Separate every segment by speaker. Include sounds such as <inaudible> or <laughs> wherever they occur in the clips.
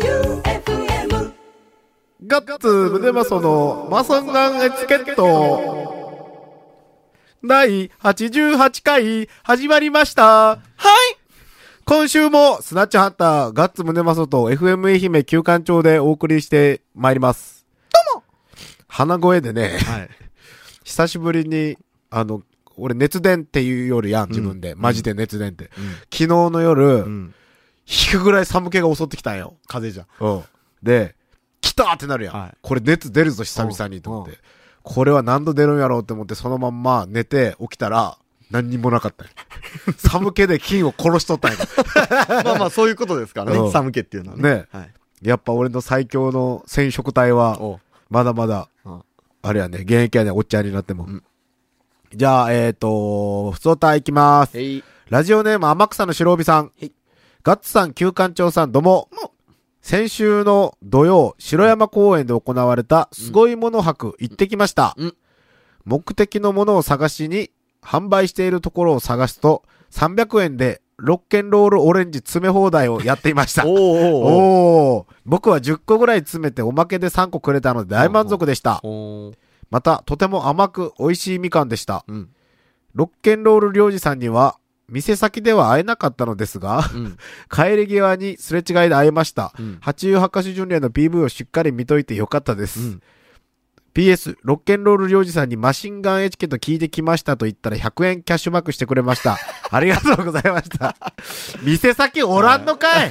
Speaker 1: J-O-E-U-F-M
Speaker 2: ガッツムネマソのマソンガンエチケット第88回始まりましたはい今週もスナッチハンターガッツムネマソと FM 愛媛旧館長でお送りしてまいります。どうも鼻声でね、
Speaker 3: はい。
Speaker 2: 久しぶりに、あの、俺熱伝っていうよりやん、自分で。マジで熱伝って。昨日の夜、
Speaker 3: ん
Speaker 2: 引くぐらい寒気が襲ってきたんよ。風邪じゃん。で、来たってなるやん。
Speaker 3: はい
Speaker 2: これ熱出るぞ、久々にと思って。これは何度出るんやろうって思って、そのまんま寝て起きたら、何にもなかったんよ
Speaker 3: <laughs>
Speaker 2: 寒気で菌を殺しとったんや。
Speaker 3: まあまあ、そういうことですから
Speaker 2: う
Speaker 3: ね。
Speaker 2: ん
Speaker 3: 寒気っていうのはね。
Speaker 2: ね
Speaker 3: はい。
Speaker 2: やっぱ俺の最強の染色体は、
Speaker 3: お
Speaker 2: まだまだ
Speaker 3: うん、
Speaker 2: あれやね、現役やね、おっちゃんになっても。じゃあ、えっ、ー、と、普通歌いきます。
Speaker 3: えい。
Speaker 2: ラジオネーム天草の白帯さん。ガッツさん、旧館長さん、どうも。先週の土曜、城山公園で行われた、すごいもの博、行ってきました。
Speaker 3: うん
Speaker 2: 目的のものを探しに、販売しているところを探すと、300円で、ロッケンロールオレンジ詰め放題をやっていました。
Speaker 3: おおお
Speaker 2: おー僕は10個ぐらい詰めておまけで3個くれたので大満足でした。
Speaker 3: お
Speaker 2: また、とても甘く美味しいみかんでした。
Speaker 3: うん。
Speaker 2: ロッケンロール領事さんには、店先では会えなかったのですが、 <laughs>
Speaker 3: うん。
Speaker 2: 帰り際にすれ違いで会えました。
Speaker 3: うん
Speaker 2: 八重博士巡礼の PV をしっかり見といてよかったです。
Speaker 3: うん
Speaker 2: PS、ロッケンロール領事さんにマシンガンエチケット聞いてきましたと言ったら100円キャッシュバックしてくれま
Speaker 3: <laughs>
Speaker 2: した。ありがとうございました。店先おらんのかい
Speaker 3: <laughs>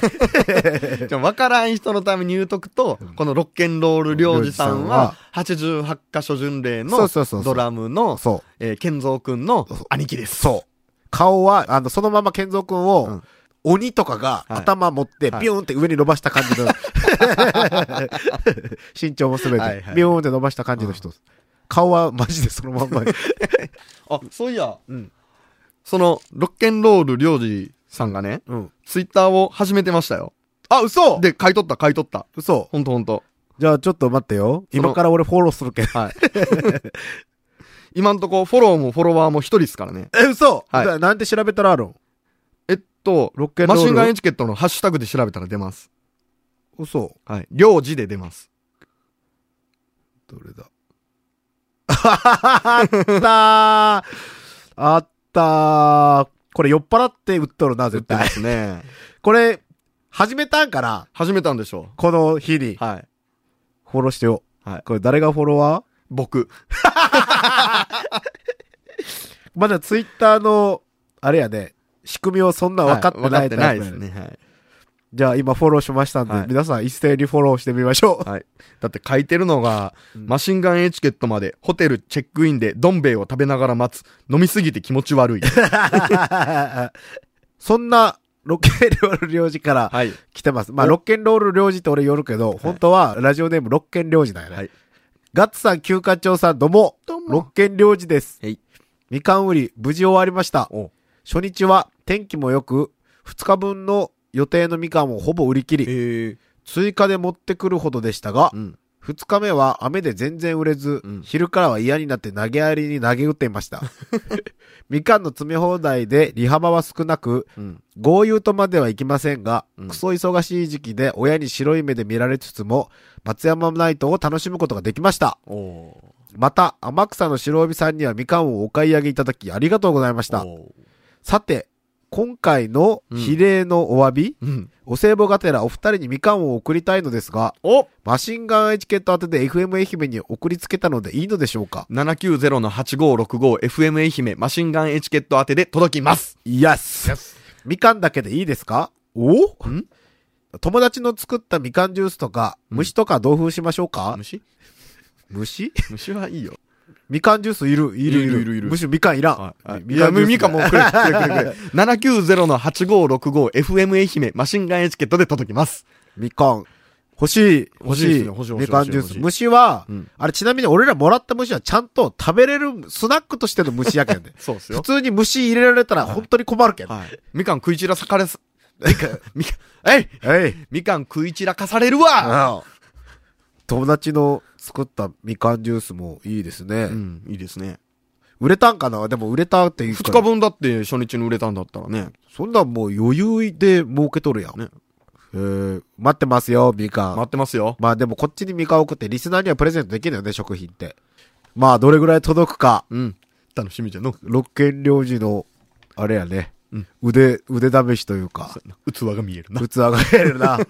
Speaker 3: じゃあ分からん人のために言うとくと、このロッケンロール領事さんは、88箇所巡礼
Speaker 2: そう
Speaker 3: の
Speaker 2: そうそうそう
Speaker 3: ドラムの、
Speaker 2: そう。
Speaker 3: えー、健三くんの兄貴です。
Speaker 2: そう。顔は、あの、そのまま健三くんを、
Speaker 3: うん
Speaker 2: 鬼とかが
Speaker 3: はい
Speaker 2: 頭持って、ビ
Speaker 3: はい
Speaker 2: ューンって上に伸ばした感じ
Speaker 3: <laughs>
Speaker 2: の、身長もすべて、
Speaker 3: はいはい
Speaker 2: ビューンって伸ばした感じの人、顔はマジでそのまん
Speaker 3: <laughs>
Speaker 2: まに。
Speaker 3: あ、そういや、
Speaker 2: うん
Speaker 3: その、ロッケンロール領事さんがね、
Speaker 2: うん。
Speaker 3: ツイッターを始めてましたよ。
Speaker 2: あ、嘘
Speaker 3: で、買い取った、買い取った。
Speaker 2: 嘘。
Speaker 3: ほんとほんと。
Speaker 2: じゃあちょっと待ってよ。
Speaker 3: その
Speaker 2: 今から俺フォローするけん。
Speaker 3: はい。今んとこ、フォローもフォロワーも一人ですからね。
Speaker 2: え、嘘
Speaker 3: はい
Speaker 2: だなんて調べたらあるん
Speaker 3: えっと、
Speaker 2: ロッケンロー
Speaker 3: マ
Speaker 2: ル
Speaker 3: シンガンエチケットのハッシュタグで調べたら出ます。
Speaker 2: 嘘。
Speaker 3: はい。領事で出ます。
Speaker 2: どれだ <laughs> あったーあったーこれ酔っ払って売っとるな、絶
Speaker 3: で
Speaker 2: 対。
Speaker 3: すね。
Speaker 2: これ、始めたんかな
Speaker 3: 始めたんでしょ
Speaker 2: この日に。
Speaker 3: う。はい。
Speaker 2: フォローしてよ。
Speaker 3: はい
Speaker 2: これ誰がフォロワー
Speaker 3: 僕。
Speaker 2: まだツイッターの、あれやね、仕組みをそんな分かって
Speaker 3: は
Speaker 2: ない
Speaker 3: 分かっ
Speaker 2: い
Speaker 3: て
Speaker 2: タイ
Speaker 3: な
Speaker 2: プ
Speaker 3: いで
Speaker 2: や
Speaker 3: すね。はい。
Speaker 2: じゃあ今フォローしましたんで、
Speaker 3: はい
Speaker 2: 皆さん一斉にフォローしてみまし
Speaker 3: <laughs>
Speaker 2: ょう。
Speaker 3: はい。だって書いてるのが、
Speaker 2: うん
Speaker 3: マシンガンエチケットまで、ホテルチェックインで、どん兵衛を食べながら待つ。飲みすぎて気持ち悪い。
Speaker 2: そんな、ロッケンロール領事から
Speaker 3: <laughs> はい。
Speaker 2: 来てます。まあ、
Speaker 3: お
Speaker 2: ロッケンロール領事って俺寄るけど、本当はラジオネームロッケン領事だよね。
Speaker 3: はい
Speaker 2: ガッツさん、休暇長さん、どうも。
Speaker 3: どうも
Speaker 2: ロッケン領事です
Speaker 3: はい。
Speaker 2: みかん売り、無事終わりました。
Speaker 3: お
Speaker 2: 初日は天気も良く、2日分の予定のみかんをほぼ売り切り、
Speaker 3: え
Speaker 2: 追加で持ってくるほどでしたが
Speaker 3: う、ん。
Speaker 2: 2日目は雨で全然売れず、
Speaker 3: うん
Speaker 2: 昼からは嫌になって投げやりに投げ打っていま
Speaker 3: <laughs>
Speaker 2: した。みかんの詰め放題で利幅は少なく、
Speaker 3: うん。
Speaker 2: 豪遊とまではいきませんが、
Speaker 3: うん
Speaker 2: クソ忙しい時期で親に白い目で見られつつも、松山ナイトを楽しむことができました。
Speaker 3: おお
Speaker 2: また、天草の白帯さんにはみかんをお買い上げいただきありがとうございました。
Speaker 3: おー
Speaker 2: さて、今回の比例のお詫び、
Speaker 3: うん。
Speaker 2: お歳暮がてらお二人にみかんを送りたいのですが、
Speaker 3: お
Speaker 2: マシンガンエチケット宛てで FM 愛媛に送りつけたのでいいのでしょうか
Speaker 3: 790-8565FM 愛媛マシンガンエチケット宛てで届きます。
Speaker 2: イエスみかんだけでいいですか
Speaker 3: お
Speaker 2: 友達の作ったみかんジュースとか、
Speaker 3: うん
Speaker 2: 虫とか同封しましょうか、
Speaker 3: 虫
Speaker 2: 虫
Speaker 3: 虫はいいよ。
Speaker 2: みかんジュースいる、いる、い
Speaker 3: い
Speaker 2: る、
Speaker 3: るいるいる
Speaker 2: むしろみかんいらん。
Speaker 3: いや、みかんもう
Speaker 2: う
Speaker 3: くれ、くれ、くれ、 <laughs> くれ。790-8565FM 愛媛マシンガンエチケットで届きます。
Speaker 2: みかん。欲しい。
Speaker 3: 欲しいですね欲しい欲しい
Speaker 2: みかんジュー
Speaker 3: 欲し
Speaker 2: ス。
Speaker 3: い
Speaker 2: 虫は、
Speaker 3: うん。
Speaker 2: あれちなみに俺らもらった虫はちゃんと食べれるスナックとしての虫やけんね
Speaker 3: <laughs> そうです
Speaker 2: 普。通に虫入れられたら本当に困るけん。
Speaker 3: はい。みかん食い散らさかれ <laughs> す、みかん、みかん、えい
Speaker 2: えい。
Speaker 3: みかん食い散らかされるわ
Speaker 2: 友達の作ったみかんジュースもいいですね。
Speaker 3: うん、いいですね。
Speaker 2: 売れたんかなでも売れたっていう
Speaker 3: 二
Speaker 2: から
Speaker 3: 日分だって初日に売れたんだったらね。
Speaker 2: そんなんもう余裕で儲けとるやん。
Speaker 3: ね
Speaker 2: えー待ってますよ、みかん。
Speaker 3: 待ってますよ。
Speaker 2: まあでもこっちにミカン送ってリスナーにはプレゼントできるよね、食品って。まあどれぐらい届くか。
Speaker 3: うん。楽しみじゃの。
Speaker 2: 六軒領事の、あれやね、
Speaker 3: うん
Speaker 2: 腕、腕試しというか、
Speaker 3: 器が見えるな。
Speaker 2: 器が減る
Speaker 3: <laughs>
Speaker 2: な。うん。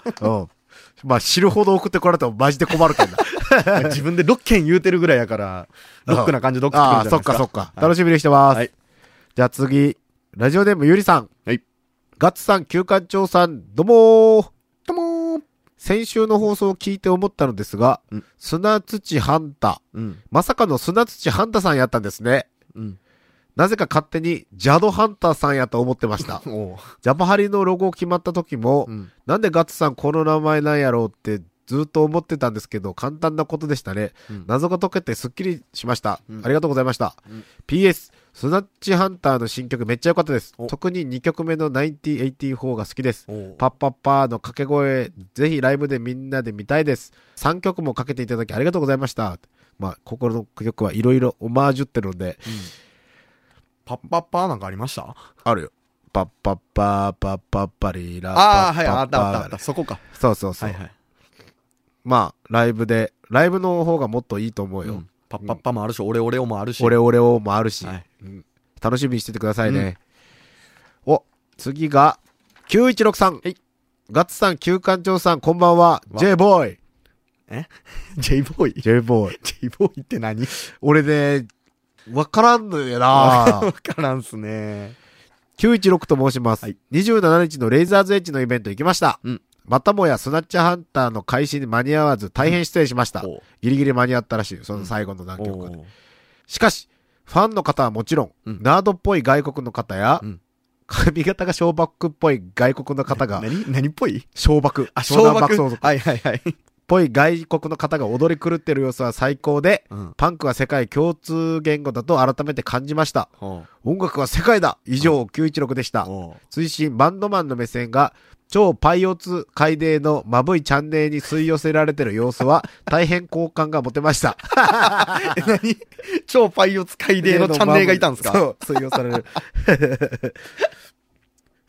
Speaker 2: まあ知るほど送ってこられてもマジで困るけどな。
Speaker 3: 自分で6件言うてるぐらいやから、 <laughs> ロックな感じで送ってく
Speaker 2: ああ、
Speaker 3: るんじゃな
Speaker 2: そっ
Speaker 3: いですか。
Speaker 2: かそっか。
Speaker 3: はい
Speaker 2: 楽しみにしてます。
Speaker 3: はい
Speaker 2: じゃあ次、ラジオネームゆりさん。
Speaker 3: はい
Speaker 2: ガッツさん、休館長さん、どうもー。どうも先週の放送を聞いて思ったのですが、
Speaker 3: うん
Speaker 2: 砂土ハンタ。
Speaker 3: うん。
Speaker 2: まさかの砂土ハンタさんやったんですね。
Speaker 3: うん。
Speaker 2: なぜか勝手にジャドハンターさんやと思ってま
Speaker 3: <laughs>
Speaker 2: した。
Speaker 3: おう
Speaker 2: ジャパハリのロゴ決まった時も、
Speaker 3: うん。
Speaker 2: なんでガッツさんこの名前なんやろうってずっと思ってたんですけど、簡単なことでしたね。
Speaker 3: うん
Speaker 2: 謎が解けてすっきりしました。
Speaker 3: うん
Speaker 2: ありがとうございました。
Speaker 3: うん
Speaker 2: PS、スナッチハンターの新曲めっちゃ良かったです
Speaker 3: お。
Speaker 2: 特に2曲目の9084が好きです。
Speaker 3: おう
Speaker 2: パッパッパーの掛け声、ぜひライブでみんなで見たいです。3曲もかけていただきありがとうございました。まあ、ここの曲はいろいろオマージュってるんで、
Speaker 3: パッパッパーなんかありました
Speaker 2: あるよ。パッパッパー、パッパッパリラ。
Speaker 3: ああ、
Speaker 2: パッ
Speaker 3: はい、
Speaker 2: パ
Speaker 3: あ
Speaker 2: ッ
Speaker 3: った
Speaker 2: パー
Speaker 3: あったあった。そこか。
Speaker 2: そうそうそう。
Speaker 3: はいはい。
Speaker 2: まあ、ライブで、ライブの方がもっといいと思うよ。
Speaker 3: うんパッパッパもあるし、オレオレオもあるし。
Speaker 2: オレオレオもあるし、
Speaker 3: はい
Speaker 2: うん楽しみにしててくださいね。お、次が、9163。
Speaker 3: はい
Speaker 2: ガッツさん、旧館長さん、こんばんは。
Speaker 3: わ
Speaker 2: J ボーイ。
Speaker 3: J ボーイ
Speaker 2: J ボーイ。
Speaker 3: J ボーイっ
Speaker 2: <laughs>
Speaker 3: て何
Speaker 2: 俺ね、わからんのよな
Speaker 3: <laughs> わからんっすね。
Speaker 2: 916と申します、
Speaker 3: はい
Speaker 2: 27日のレイザーズエッジのイベント行きました。
Speaker 3: うん
Speaker 2: またもやスナッチャーハンターの開始に間に合わず大変失礼しました。
Speaker 3: おう
Speaker 2: ギリギリ間に合ったらしい。その最後の何曲かで。
Speaker 3: おう
Speaker 2: しかし、ファンの方はもちろん、
Speaker 3: うん
Speaker 2: ナードっぽい外国の方や、
Speaker 3: うん
Speaker 2: 髪型が小爆っぽい外国の方が、
Speaker 3: 何何っぽい
Speaker 2: 小爆、
Speaker 3: あ、
Speaker 2: 湘
Speaker 3: 小
Speaker 2: 南爆
Speaker 3: 爆
Speaker 2: 走族っ
Speaker 3: はいはいはい。
Speaker 2: ぽい外国の方が踊り狂ってる様子は最高で、
Speaker 3: うん。
Speaker 2: パンクは世界共通言語だと改めて感じました。
Speaker 3: おう
Speaker 2: 音楽は世界だ以上、916でした。
Speaker 3: おう
Speaker 2: 推進バンドマンの目線が超パイオツ海底のまぶいチャンネルに吸い寄せられてる様子は大変好感が持てました。
Speaker 3: え、何超パイオツ海底のチャンネルがいたんですか
Speaker 2: そう、吸い寄せられる。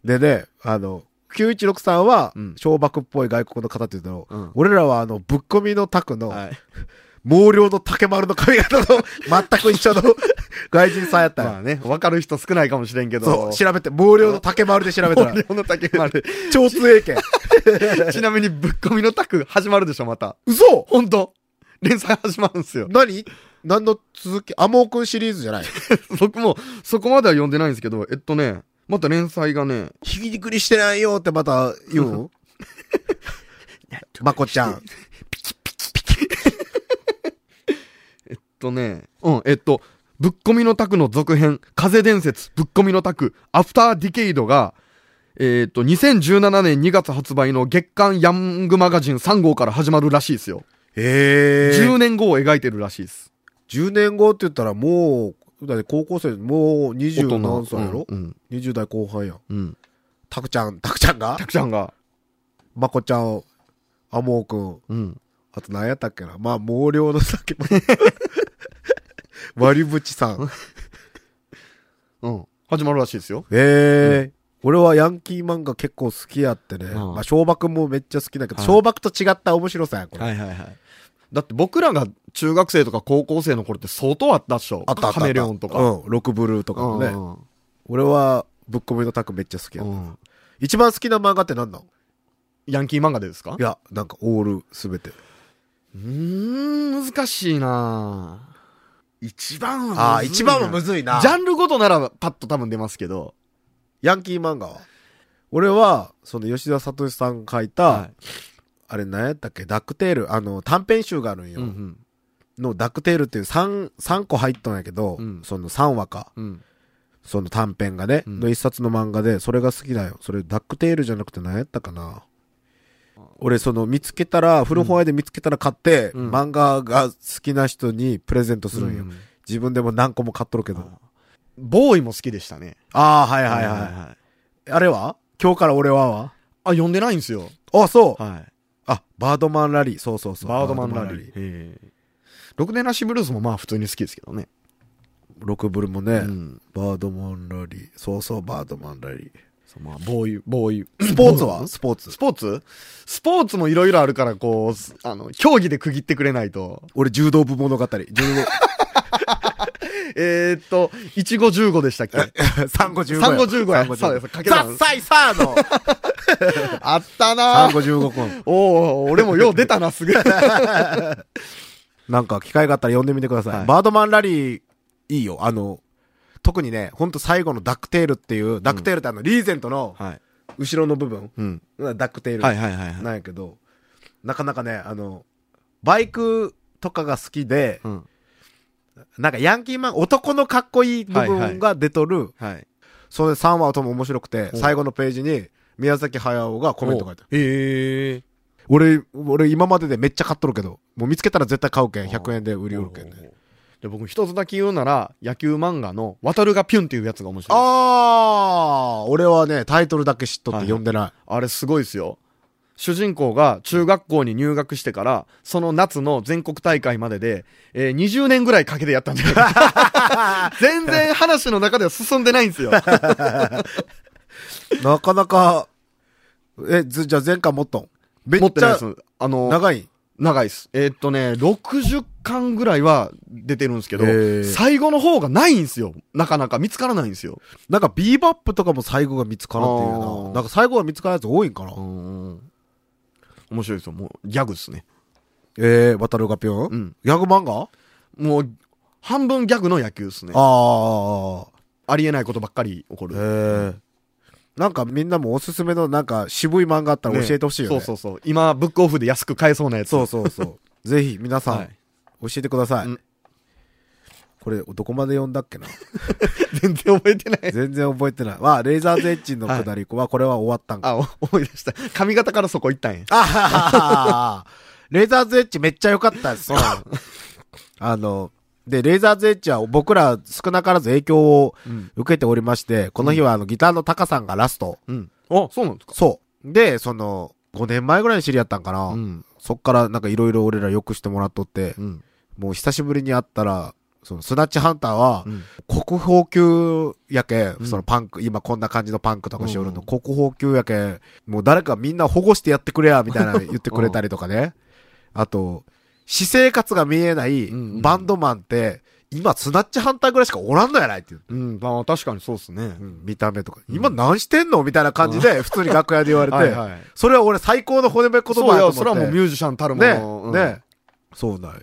Speaker 2: でね、あの、916さんは
Speaker 3: うん、
Speaker 2: 小爆っぽい外国の方っていうのを、
Speaker 3: うん
Speaker 2: 俺らはあの、ぶっ込みのタクの、
Speaker 3: はい。
Speaker 2: 毛量の竹丸の髪型と全く一緒の外人さんやったら、
Speaker 3: まあね、わかる人少ないかもしれんけど。
Speaker 2: そう、調べて、毛量の竹丸で調べたら
Speaker 3: 本、領の竹
Speaker 2: <laughs>
Speaker 3: 丸。
Speaker 2: 超通英検。
Speaker 3: ちなみにぶっ込みのタク始まるでしょ、また。
Speaker 2: 嘘
Speaker 3: ほんと。連載始まるんすよ。
Speaker 2: 何何の続きアモー君シリーズじゃない
Speaker 3: 僕も、そこまでは読んでないんですけど、えっとね、また連載がね、
Speaker 2: ひき肉にしてないよってまた言うのまこちゃん。
Speaker 3: えっとね、うん、えっと、ぶっ込みのタクの続編、風伝説、ぶっ込みのタク、アフターディケイドが、えっと、2017年2月発売の月刊ヤングマガジン3号から始まるらしいですよ。
Speaker 2: へ
Speaker 3: 10年後を描いてるらしいです。
Speaker 2: 10年後って言ったらもう、だって高校生、もう
Speaker 3: 大人
Speaker 2: 20何歳やろ、
Speaker 3: うん
Speaker 2: ?20 代後半やん。
Speaker 3: うん。うん。
Speaker 2: たくちゃん、たくちゃんが
Speaker 3: タクちゃんが、
Speaker 2: まこちゃん、あもうくん、
Speaker 3: うん。
Speaker 2: あと何やったっけなまあ、毛量の酒も。割りぶちさん。
Speaker 3: うん。始まるらしいですよ。
Speaker 2: ええ俺はヤンキー漫画結構好きやってね。
Speaker 3: ん
Speaker 2: まあ、小爆もめっちゃ好きだけど、
Speaker 3: はい
Speaker 2: 小爆と違った面白さや、これ。
Speaker 3: いはいはい。だって僕らが中学生とか高校生の頃って相当あったっしょ。
Speaker 2: あったあったあった。
Speaker 3: カメレオンとか。
Speaker 2: うん、ロックブルーとかもね。
Speaker 3: うん
Speaker 2: 俺は、ぶっこみのタクめっちゃ好きや。
Speaker 3: うん
Speaker 2: 一番好きな漫画って何なの
Speaker 3: ヤンキー漫画でですか
Speaker 2: いや、なんかオールすべて。
Speaker 3: うーん、難しいなぁ一番はむずいな。
Speaker 2: ああ、一番はむずいな。
Speaker 3: ジャンルごとならパッと多分出ますけど。
Speaker 2: ヤンキー漫画は俺は、その吉田聡さんが書いた、あれ何やったっけ、ダックテール、あの、短編集があるん
Speaker 3: い
Speaker 2: よ。
Speaker 3: うんうん。
Speaker 2: のダックテールっていう3、三個入っとんやけど、
Speaker 3: うん
Speaker 2: その3話か。
Speaker 3: うん。
Speaker 2: その短編がね、
Speaker 3: うん
Speaker 2: の一冊の漫画で、それが好きだよ。それ、ダックテールじゃなくて何やったかな。俺、その、見つけたら、古本屋で見つけたら買って、
Speaker 3: うん
Speaker 2: 漫画が好きな人にプレゼントするんよ。
Speaker 3: うん
Speaker 2: 自分でも何個も買っとるけど。
Speaker 3: ボーイも好きでしたね。
Speaker 2: ああ、はいはいはい。
Speaker 3: い。
Speaker 2: あれは今日から俺はは
Speaker 3: あ、読んでないんですよ。
Speaker 2: あ、そう。
Speaker 3: は
Speaker 2: あ、バードマンラリー。そうそう
Speaker 3: い。
Speaker 2: そう。
Speaker 3: バードマンラリー。へえ六年らしブルースもまあ普通に好きですけどね。
Speaker 2: ロクブルもね、
Speaker 3: うん
Speaker 2: バードマンラリー。そうそう、バードマンラリー。
Speaker 3: そうまあ、ボーイ、ボーイ。
Speaker 2: スポーツはスポーツ
Speaker 3: ス。ポーツスポーツもいろいろあるから、こうす、あの、競技で区切ってくれないと。
Speaker 2: 俺、柔道部物語。柔
Speaker 3: えー、っと、いちご15でしたっけ
Speaker 2: 道、三五十五。
Speaker 3: <laughs> 三五十五や
Speaker 2: そ
Speaker 3: そうう
Speaker 2: で。
Speaker 3: です
Speaker 2: か
Speaker 3: すか
Speaker 2: け
Speaker 3: け
Speaker 2: さ
Speaker 3: 算
Speaker 2: っさいさ
Speaker 3: <laughs>
Speaker 2: ーの。
Speaker 3: あったな
Speaker 2: 三
Speaker 3: ぁ
Speaker 2: 五十五コン。
Speaker 3: おー俺もよう出たな、すぐ。
Speaker 2: なんか、機会があったら読んでみてください。
Speaker 3: はい
Speaker 2: バードマンラリー、いいよ。あの、特にね、ほんと最後のダックテールっていう、ダックテールってあの、リーゼントの
Speaker 3: はい。
Speaker 2: 後ろの部分、
Speaker 3: うん。
Speaker 2: ダックテール。
Speaker 3: はいはいはいはい。
Speaker 2: なんやけど、なかなかね、あの、バイクとかが好きで、
Speaker 3: うん。
Speaker 2: なんかヤンキーマン、男のかっこいい部分が出とる、
Speaker 3: はい。
Speaker 2: それ3話とも面白くて、
Speaker 3: お
Speaker 2: 最後のページに、宮崎駿がコメント書いてある。
Speaker 3: ええ
Speaker 2: 俺、俺今まででめっちゃ買っとるけど、もう見つけたら絶対買うけん、
Speaker 3: ー。
Speaker 2: 100円で売り売るけん
Speaker 3: おー
Speaker 2: ね。。
Speaker 3: で、僕一つだけ言うなら、野球漫画の、渡るがピュンっていうやつが面白い。
Speaker 2: あー、俺はね、タイトルだけ知っとって読んでない。
Speaker 3: あれすごいですよ。主人公が中学校に入学してから、その夏の全国大会までで、えー20年ぐらいかけてや <laughs> ったんじゃないですか全然話の中では進んでないんですよ。
Speaker 2: なかなか、え、ず、じゃあ前回持っとんめ
Speaker 3: 持
Speaker 2: っ
Speaker 3: って
Speaker 2: ち
Speaker 3: ない
Speaker 2: ゃ
Speaker 3: です。あの、長い
Speaker 2: 長いん
Speaker 3: です。えーっとね、60巻ぐらいは出てるんですけど
Speaker 2: へー、
Speaker 3: 最後の方がないんですよ。なかなか見つからないんですよ。
Speaker 2: なんかビーバップとかも最後が見つからんっていう
Speaker 3: あ
Speaker 2: よな。
Speaker 3: ー
Speaker 2: なんか最後が見つからんやつ多いんかな。
Speaker 3: うん。面白いですよ。もうギャグですね。
Speaker 2: えー、渡るがぴょん
Speaker 3: うん。
Speaker 2: ギャグ漫画
Speaker 3: もう、半分ギャグの野球ですね。あ
Speaker 2: あ
Speaker 3: りえないことばっかり起こ
Speaker 2: ー。
Speaker 3: る。
Speaker 2: えー。なんかみんなもおすすめのなんか渋い漫画あったら教えてほしいよね。
Speaker 3: そうそうそう。今、ブックオフで安く買えそうなやつ。
Speaker 2: そうそうそう。ぜひ皆さん、
Speaker 3: はい
Speaker 2: 教えてください。
Speaker 3: うん
Speaker 2: これ、どこまで読んだっけな
Speaker 3: 全然覚えてない。
Speaker 2: 全然覚えてない。まあ、レーザーゼッチンのくだりは、これは終わったんか。
Speaker 3: あ、お思い出した。髪型からそこ行ったんや。
Speaker 2: あはははレーザーズエッジめっちゃ良かった
Speaker 3: <laughs>
Speaker 2: です。そうなのあの、で、レーザーズエッジは僕ら少なからず影響を
Speaker 3: うん
Speaker 2: 受けておりまして、この日はあのギターのタカさんがラスト。
Speaker 3: うん。あ、そうなんですか
Speaker 2: そう。で、その、5年前ぐらいに知り合ったんかな。
Speaker 3: うん。
Speaker 2: そっからなんかいろいろ俺らよくしてもらっとって、
Speaker 3: うん。
Speaker 2: もう久しぶりに会ったら、そのスナッチハンターは
Speaker 3: う、ん。
Speaker 2: 国宝級やけ、
Speaker 3: ん
Speaker 2: そのパンク、今こんな感じのパンクとかしおるの、
Speaker 3: うん
Speaker 2: 国宝級やけ、もう誰かみんな保護してやってくれや、み
Speaker 3: <laughs>
Speaker 2: たいな言ってくれたりとかね。あと、私生活が見えない
Speaker 3: うんうん
Speaker 2: バンドマンって、今スナッチハンターぐらいしかおらんのやないっていう。
Speaker 3: うん。まあ、確かにそうっすね。
Speaker 2: うん見た目とか。今何してんのみたいな感じで、普通に楽屋で言われて、
Speaker 3: はいはい
Speaker 2: それは俺最高の骨め言葉
Speaker 3: そ
Speaker 2: や
Speaker 3: う
Speaker 2: と思っ
Speaker 3: や、
Speaker 2: て。
Speaker 3: それはもうミュージシャンたるも
Speaker 2: ね、
Speaker 3: の。うん
Speaker 2: ね。。そうなんよ。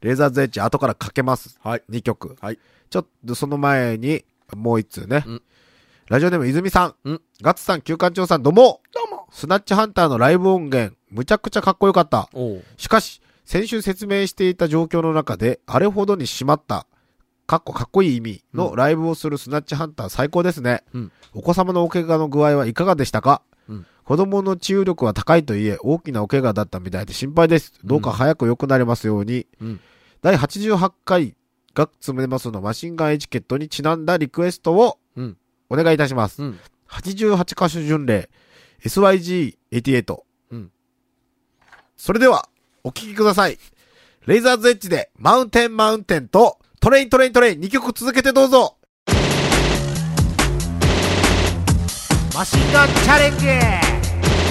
Speaker 2: レーザーズエッジ後からかけます。
Speaker 3: はい。
Speaker 2: 2曲。
Speaker 3: はい。
Speaker 2: ちょっとその前に、もう一通ね。
Speaker 3: うん
Speaker 2: ラジオネーム泉さん。
Speaker 3: うん
Speaker 2: ガッツさん、旧館長さん、どうも。
Speaker 3: どうも。
Speaker 2: スナッチハンターのライブ音源、むちゃくちゃかっこよかった。
Speaker 3: おう。
Speaker 2: しかし、先週説明していた状況の中で、あれほどに締まった、かっこかっこいい意味のライブをするスナッチハンター最高ですね。
Speaker 3: うん
Speaker 2: お子様のお怪我の具合はいかがでしたか、
Speaker 3: うん
Speaker 2: 子供の治癒力は高いといえ、大きなお怪我だったみたいで心配です。どうか早く良くなりますように。
Speaker 3: うん
Speaker 2: 第88回、ガッツムネマスのマシンガンエチケットにちなんだリクエストを
Speaker 3: うん。
Speaker 2: お願いいたします。
Speaker 3: うん。
Speaker 2: 88箇所巡礼、SYG88。
Speaker 3: うん
Speaker 2: それでは、お聴きください。レイザーズエッジで、マウンテンマウンテンと、トレイントレイントレイン2曲続けてどうぞマシンガンチャレンジ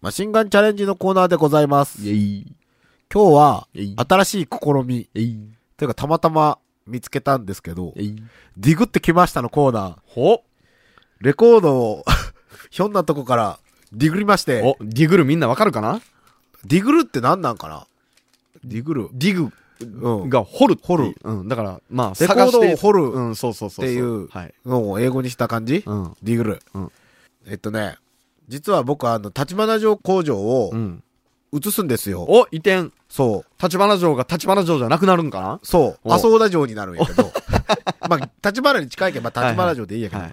Speaker 2: マシンガンチャレンジのコーナーでございます。
Speaker 3: えい。
Speaker 2: 今日は
Speaker 3: えい、
Speaker 2: 新しい試み、
Speaker 3: えい。
Speaker 2: というかたまたま見つけたんですけど、
Speaker 3: えい。
Speaker 2: ディグってきましたのコーナー。
Speaker 3: ほ
Speaker 2: レコードを、 <laughs> ひょんなとこから、ディグりまして、
Speaker 3: お、ディグルみんなわかるかな
Speaker 2: ディグルって何なんかなディグルっ
Speaker 3: ディグ
Speaker 2: うん
Speaker 3: が掘るっていう。
Speaker 2: 掘る
Speaker 3: うん。だから、まあ、
Speaker 2: レコー
Speaker 3: 探
Speaker 2: ド
Speaker 3: して
Speaker 2: を掘る
Speaker 3: うん、そうそうそうそ。
Speaker 2: ていう
Speaker 3: はい。
Speaker 2: のを英語にした感じ、
Speaker 3: うん。
Speaker 2: ディグル、
Speaker 3: うん
Speaker 2: えっとね、実は僕はあの、立花城工場を
Speaker 3: うん。
Speaker 2: 移すんですよ。
Speaker 3: お、移転。
Speaker 2: そう。
Speaker 3: 立花城が立花城じゃなくなるんかな
Speaker 2: そう。
Speaker 3: お
Speaker 2: 麻生田城になるんやけど。 <laughs> まあ、立花に近いけば、まあ、立花城でいいやけど。
Speaker 3: はい。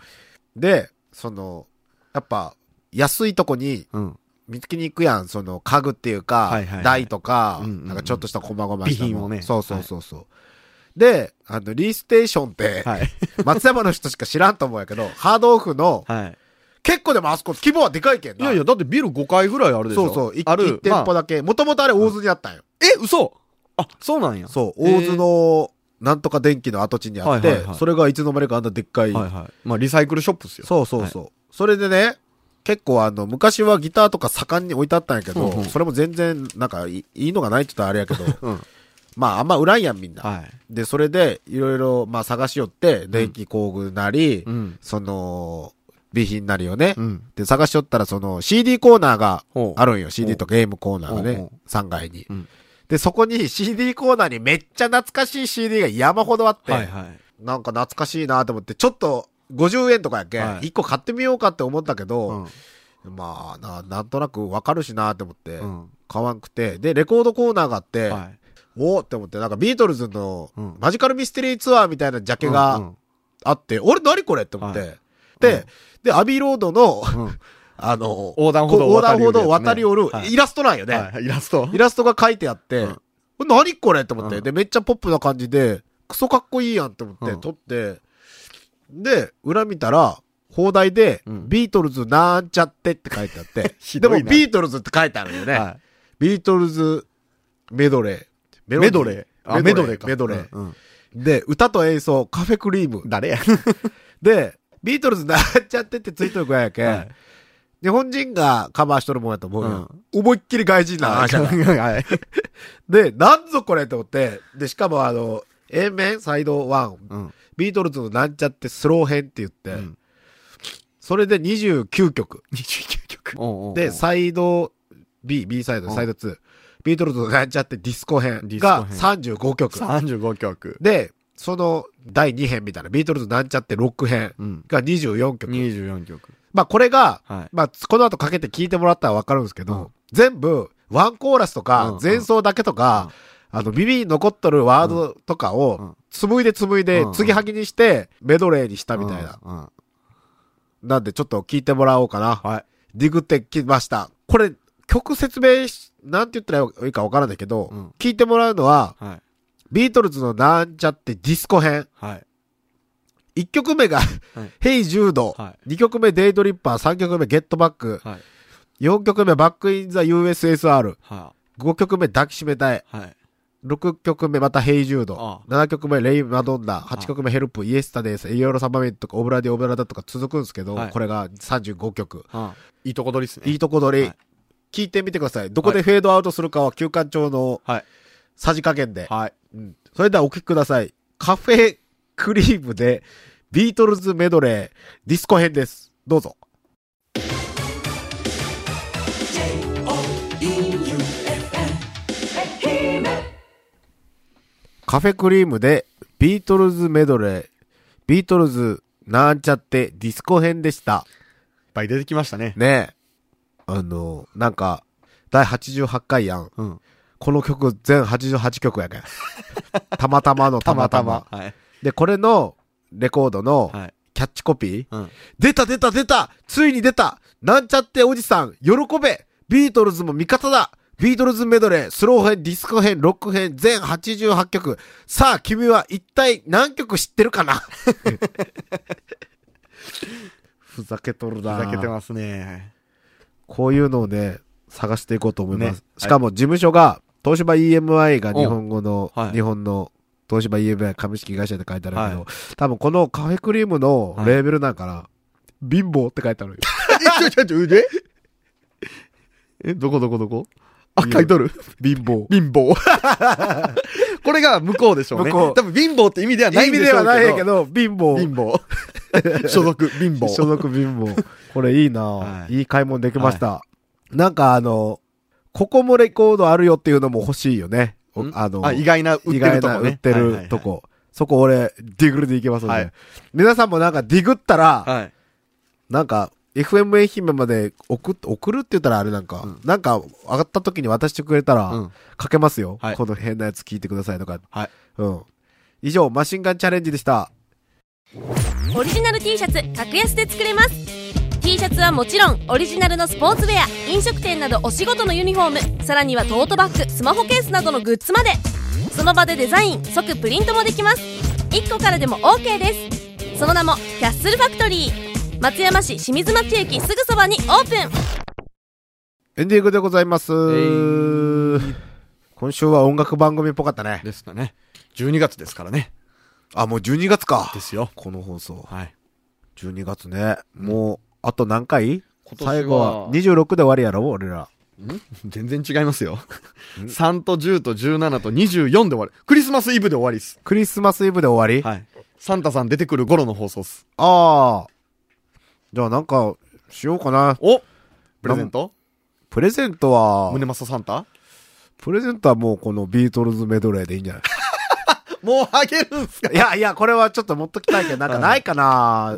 Speaker 2: で、その、やっぱ、安いとこに
Speaker 3: うん。
Speaker 2: 見つけに行くやん、その家具っていうか、
Speaker 3: はいはいはい
Speaker 2: 台とか、
Speaker 3: うんうんうん
Speaker 2: なんかちょっとした細々したの
Speaker 3: 備品をね
Speaker 2: そうそうそうそう。で、あの、リーステーションって、
Speaker 3: はい。
Speaker 2: 松山の人しか知らんと思うんやけど、ハードオフの、
Speaker 3: はい。
Speaker 2: 結構でもあそこ規模はでかいけん
Speaker 3: <laughs> い
Speaker 2: な。
Speaker 3: やいや、だってビル5階ぐらいあるでし
Speaker 2: そ
Speaker 3: ょ
Speaker 2: うそう、一
Speaker 3: ある。
Speaker 2: 一店舗
Speaker 3: まあ
Speaker 2: だけ。もともとあれ大津にあったんよ。
Speaker 3: え、嘘あ、そうなんや。
Speaker 2: そう、大津の、なんとか電気の跡地にあって、
Speaker 3: はいはいはい
Speaker 2: それがいつの間にかあんなでっかい、
Speaker 3: はいはい。まあ、リサイクルショップっすよ。
Speaker 2: そうそうそう、それでね、結構あの、昔はギターとか盛んに置いてあったんやけど、
Speaker 3: うんうん
Speaker 2: それも全然、なんかい、いいのがないって言ったらあれやけど、
Speaker 3: <laughs> うん
Speaker 2: まあ、あんま売らんやん、みんな。
Speaker 3: はい。
Speaker 2: で、それで、いろいろ、まあ、探しよって、電気工具なり、
Speaker 3: うん。
Speaker 2: その、備品なりをね、
Speaker 3: うん。
Speaker 2: で、探しよったら、その、CD コーナーが
Speaker 3: ほう
Speaker 2: あるんよ。CD とゲームコーナーが
Speaker 3: ほう
Speaker 2: ね
Speaker 3: ほ、
Speaker 2: 3階に
Speaker 3: うん。
Speaker 2: で、そこに CD コーナーにめっちゃ懐かしい CD が山ほどあって、
Speaker 3: はいはい。
Speaker 2: なんか懐かしいなと思って、ちょっと、50円とかやっけ、
Speaker 3: はい
Speaker 2: 1個買ってみようかって思ったけ
Speaker 3: う
Speaker 2: ど、
Speaker 3: ん。
Speaker 2: まあな、なんとなくわかるしなと思って、
Speaker 3: うん。
Speaker 2: 買わんくて、で、レコードコーナーがあって、
Speaker 3: はい。
Speaker 2: おーって思って、なんかビートルズの
Speaker 3: うん
Speaker 2: マジカルミステリーツアーみたいなジャケ
Speaker 3: うん
Speaker 2: があって、俺何これって思って、
Speaker 3: はい
Speaker 2: で、
Speaker 3: うん
Speaker 2: で、アビーロードの、
Speaker 3: うんうん
Speaker 2: <laughs> あの、
Speaker 3: 横断歩道を
Speaker 2: 横
Speaker 3: 渡
Speaker 2: 断
Speaker 3: り
Speaker 2: 歩
Speaker 3: よる
Speaker 2: 道を渡りおる
Speaker 3: やつねはい
Speaker 2: イラストなんよね。
Speaker 3: はいイラスト
Speaker 2: イ。ラストが書いてあって、
Speaker 3: うん
Speaker 2: 何これって思って、
Speaker 3: うん
Speaker 2: で、めっちゃポップな感じで、クソかっこいいやんって思って、
Speaker 3: うん
Speaker 2: 撮って、で、裏見たら、放題で、
Speaker 3: うん
Speaker 2: ビートルズなんちゃってって書いてあって、
Speaker 3: <laughs> ひ
Speaker 2: で
Speaker 3: どい
Speaker 2: も
Speaker 3: な
Speaker 2: ビートルズって書いてあるよね。
Speaker 3: は
Speaker 2: ビートルズメドレー。
Speaker 3: い
Speaker 2: メ
Speaker 3: メドレー。あ、メ
Speaker 2: メド
Speaker 3: ドレ
Speaker 2: レ
Speaker 3: ー
Speaker 2: ー
Speaker 3: か。
Speaker 2: メドレー
Speaker 3: うんうん
Speaker 2: で、歌と演奏、カフェクリーム。
Speaker 3: 誰や
Speaker 2: <laughs> で、ビートルズなっちゃってってついとる子やけん、
Speaker 3: はい
Speaker 2: 日本人がカバーしとるもんやと思うよ。思いっきり外人な話やから
Speaker 3: はい。
Speaker 2: で、なんぞこれって思って、で、しかもあの、A 面サイドワン、
Speaker 3: うん
Speaker 2: ビートルズのなんちゃってスロー編って言って、
Speaker 3: うん
Speaker 2: それで29曲。
Speaker 3: 29曲。おうおうおう
Speaker 2: で、サイド B、B サイド、
Speaker 3: うん
Speaker 2: サイド2、ビートルズのなんちゃってディスコ編
Speaker 3: ディスコ
Speaker 2: が
Speaker 3: 編
Speaker 2: 35曲。
Speaker 3: 35曲。
Speaker 2: で、その第2編みたいな、ビートルズなんちゃってロック編
Speaker 3: うん。
Speaker 2: が24曲。
Speaker 3: 24曲。
Speaker 2: まあこれが、
Speaker 3: はい。
Speaker 2: まあこの後かけて聞いてもらったらわかるんですけど、
Speaker 3: うん
Speaker 2: 全部、ワンコーラスと
Speaker 3: うんう
Speaker 2: か
Speaker 3: ん、
Speaker 2: 前奏だけとか、あの、耳に残っとるワードとか
Speaker 3: う
Speaker 2: を
Speaker 3: ん、
Speaker 2: 紡いで紡いで
Speaker 3: うん、
Speaker 2: 継ぎはぎにして、メドレーにしたみたいな。
Speaker 3: うん。うん
Speaker 2: なんで、ちょっと聞いてもらおうかな。
Speaker 3: はい。
Speaker 2: ディグってきました。これ、曲説明し、なんて言ったらいいかわからないけど、
Speaker 3: うん
Speaker 2: 聞いてもらうのは、
Speaker 3: はい。
Speaker 2: ビートルズのなんちゃってディスコ編。
Speaker 3: はい。
Speaker 2: 1曲目が、
Speaker 3: い
Speaker 2: ヘイジュード。
Speaker 3: は
Speaker 2: 2曲目、デイドリッパー。3曲目、ゲットバック。
Speaker 3: はい。
Speaker 2: 4曲目、バックインザ USSR。
Speaker 3: は
Speaker 2: 5曲目、抱きしめたい。
Speaker 3: い。はい。
Speaker 2: 6曲目また「ヘイジュード
Speaker 3: あ」
Speaker 2: 7曲目「レイ・マドンナ」8曲目「ヘルプ」「イエスタデイス」「イエロー・サマメント」とか「オブラディ・オブラダ」とか続くんですけど、
Speaker 3: はい
Speaker 2: これが35曲
Speaker 3: うんいいとこ取りっすね。
Speaker 2: いいとこ取り、
Speaker 3: はい
Speaker 2: 聞いてみてくださいどこでフェードアウトするかは休館長の
Speaker 3: はい。
Speaker 2: さじ加減で、
Speaker 3: はい。
Speaker 2: うんそれではお聴きくださいカフェクリームでビートルズメドレーディスコ編ですどうぞ
Speaker 1: He-man,
Speaker 2: カフェクリームでビートルズメドレービートルズなんちゃってディスコ編でした
Speaker 3: いっぱい出てきましたね。
Speaker 2: ねえ。あの、なんか、第88回やん。
Speaker 3: うん。
Speaker 2: この曲全88曲
Speaker 3: <laughs>
Speaker 2: やけん。たまたまのた
Speaker 3: た
Speaker 2: ま
Speaker 3: ま
Speaker 2: た
Speaker 3: た
Speaker 2: ま
Speaker 3: ま。。はい。
Speaker 2: で、これのレコードの
Speaker 3: はい。
Speaker 2: キャッチコピー。
Speaker 3: うん。
Speaker 2: 出た出た出たついに出たなんちゃっておじさん喜べビートルズも味方だビートルズメドレー、スロー編、ディスコ編、ロック編、全88曲。さあ、君は一体何曲知ってるか
Speaker 3: <laughs>
Speaker 2: な <laughs> ふざけとるな
Speaker 3: ふざけてますね。
Speaker 2: こういうのをね、探していこうと思います。
Speaker 3: ね
Speaker 2: しかも事務所が、東芝 EMI が日本語の、
Speaker 3: はい
Speaker 2: 日本の東芝 EMI 株式会社って書いてあるけど、
Speaker 3: は
Speaker 2: 多分このカフェクリームのレーベルなんかな、貧乏って書いてあるよ。
Speaker 3: え、ちょちょちょ、腕え、どこどこどこあ、書いとる。
Speaker 2: 貧乏。
Speaker 3: <laughs> 貧乏。 <laughs> これが向こうでしょうね。
Speaker 2: 向こう
Speaker 3: 多分貧乏って意味ではない
Speaker 2: 意
Speaker 3: んで
Speaker 2: 味
Speaker 3: しょ
Speaker 2: で
Speaker 3: うけど。
Speaker 2: はないけど、貧乏。
Speaker 3: 貧乏。 <laughs> 所属、貧乏。
Speaker 2: 所属貧乏。これいいな、
Speaker 3: はい
Speaker 2: いい買い物できました。なんかあの、ここもレコードあるよっていうのも欲しいよね。お
Speaker 3: ん
Speaker 2: あの、
Speaker 3: あ、意外な売って
Speaker 2: 意
Speaker 3: る
Speaker 2: 外
Speaker 3: とこ
Speaker 2: な売
Speaker 3: ね。
Speaker 2: ってると。こ。そこ俺、ディグルでいけますの
Speaker 3: は
Speaker 2: で
Speaker 3: い。
Speaker 2: 皆さんもなんかディグったら、
Speaker 3: はい。
Speaker 2: なんか、FM 愛媛まで送っ送るって言ったらあれなんか、
Speaker 3: うん
Speaker 2: なんか上がった時に渡してくれたら、
Speaker 3: うん
Speaker 2: かけますよ、
Speaker 3: はい
Speaker 2: この変なやつ聞いてくださいとか。
Speaker 3: はい
Speaker 2: うん。以上、マシンガンチャレンジでした。
Speaker 4: オリジナル T シャツ格安で作れます T シャツはもちろんオリジナルのスポーツウェア飲食店などお仕事のユニフォームさらにはトートバッグスマホケースなどのグッズまでその場でデザイン即プリントもできます1個からでも OK ですその名もキャッスルファクトリー松山市清水町駅すぐそばにオープン
Speaker 2: エンディングでございます。
Speaker 3: ー
Speaker 2: 今週は音楽番組っぽかったね。
Speaker 3: ですかね。 12月ですからね。 <laughs>
Speaker 2: あ、もう12月か。
Speaker 3: ですよ。
Speaker 2: この放送。
Speaker 3: はい。
Speaker 2: 12月ね。もう、あと何回
Speaker 3: 今年は
Speaker 2: 最後は26で終わりやろ俺ら。
Speaker 3: 全然違いますよ。3と10と17と24で終わる。クリスマスイブで終わりっす。
Speaker 2: クリスマスイブで終わり、
Speaker 3: はい。サンタさん出てくる頃の放送っす。
Speaker 2: ああ。じゃあなんか、しようかな。
Speaker 3: おプレゼント
Speaker 2: プレゼントは、
Speaker 3: 胸マササンタ
Speaker 2: プレゼントはもうこのビートルズメドレーでいいんじゃない
Speaker 3: もうあげるんす
Speaker 2: <laughs>
Speaker 3: か
Speaker 2: いやいや、これはちょっと持っときたい <laughs> けど、なんかないかな。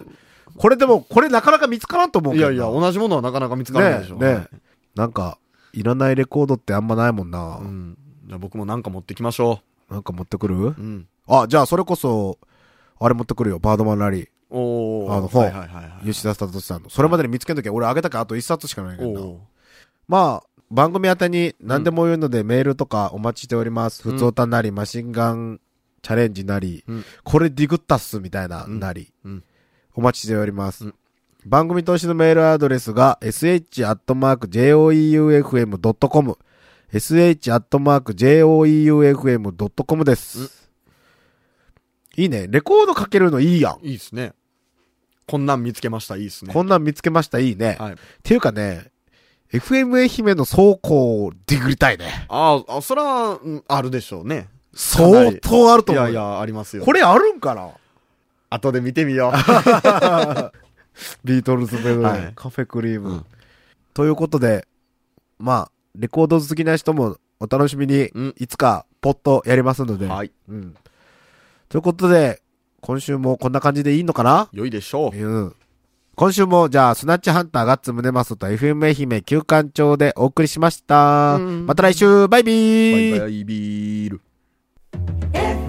Speaker 2: これでも、これなかなか見つからんと思う
Speaker 3: い
Speaker 2: けど
Speaker 3: や
Speaker 2: な。
Speaker 3: いや、同じものはなかなか見つからないでしょ。
Speaker 2: ねえ、ねえなんか、いらないレコードってあんまないもんな。
Speaker 3: うん。じゃあ僕もなんか持ってきましょ
Speaker 2: なんか持ってくる、
Speaker 3: う。うん。
Speaker 2: あ、じゃあそれこそ、あれ持ってくるよ。バードマンラリー。
Speaker 3: おー。
Speaker 2: あの本
Speaker 3: はいはいはいはい。
Speaker 2: 吉田聡さんの。それまでに見つけんとき俺あげたからあと一冊しかないけどな。
Speaker 3: おー。
Speaker 2: まあ、番組宛てに何でも言うのでメールとかお待ちしております。普通歌なり、マシンガンチャレンジなり、
Speaker 3: うん
Speaker 2: これディグったっすみたいな、
Speaker 3: うん
Speaker 2: なり、
Speaker 3: うん
Speaker 2: お待ちしております。
Speaker 3: うん
Speaker 2: 番組投資のメールアドレスが sh.joeufm.com sh.joeufm.com です。いいね。レコードかけるのいいやん。
Speaker 3: いいっすね。こんなん見つけました。いいっすね。
Speaker 2: こんなん見つけました。いいね。
Speaker 3: はい。
Speaker 2: っていうかね、FM 愛媛の倉庫をディグりたいね。
Speaker 3: ああ、そら、うんあるでしょうね。
Speaker 2: 相当あると
Speaker 3: い
Speaker 2: 思うよ。
Speaker 3: やいや、ありますよ。
Speaker 2: これあるんかな
Speaker 3: 後で見てみよう。
Speaker 2: ビートルズメドレー、
Speaker 3: はい
Speaker 2: カフェクリーム、
Speaker 3: うん
Speaker 2: ということで、まあ、レコード好きな人もお楽しみに、
Speaker 3: うん
Speaker 2: いつかポッとやりますので、
Speaker 3: <laughs> はい。
Speaker 2: うん。ということで、今週もこんな感じでいいのかな
Speaker 3: 良いでしょう。
Speaker 2: うん。今週も、じゃあ、スナッチハンターガッツムネマソと FM 愛媛旧館長でお送りしました。
Speaker 3: うん
Speaker 2: また来週バイビー
Speaker 3: バイバイビール。
Speaker 1: FM